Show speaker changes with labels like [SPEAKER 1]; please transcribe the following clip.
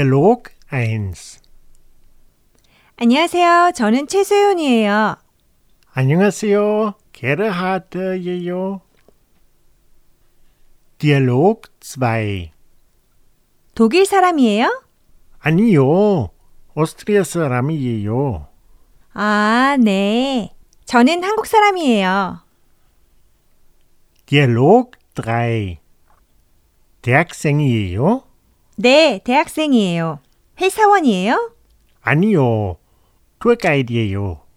[SPEAKER 1] Dialog 1.
[SPEAKER 2] 안녕하세요. 저는 최소연이에요.
[SPEAKER 1] 안녕하세요. 게르하드예요. Dialog 2.
[SPEAKER 2] 독일 사람이에요?
[SPEAKER 1] 아니요. 오스트리아 사람이에요.
[SPEAKER 2] 아, 네. 저는 한국 사람이에요.
[SPEAKER 1] Dialog 3. 대학생이에요?
[SPEAKER 2] 네, 대학생이에요. 회사원이에요?
[SPEAKER 1] 아니요. 투어가이드예요.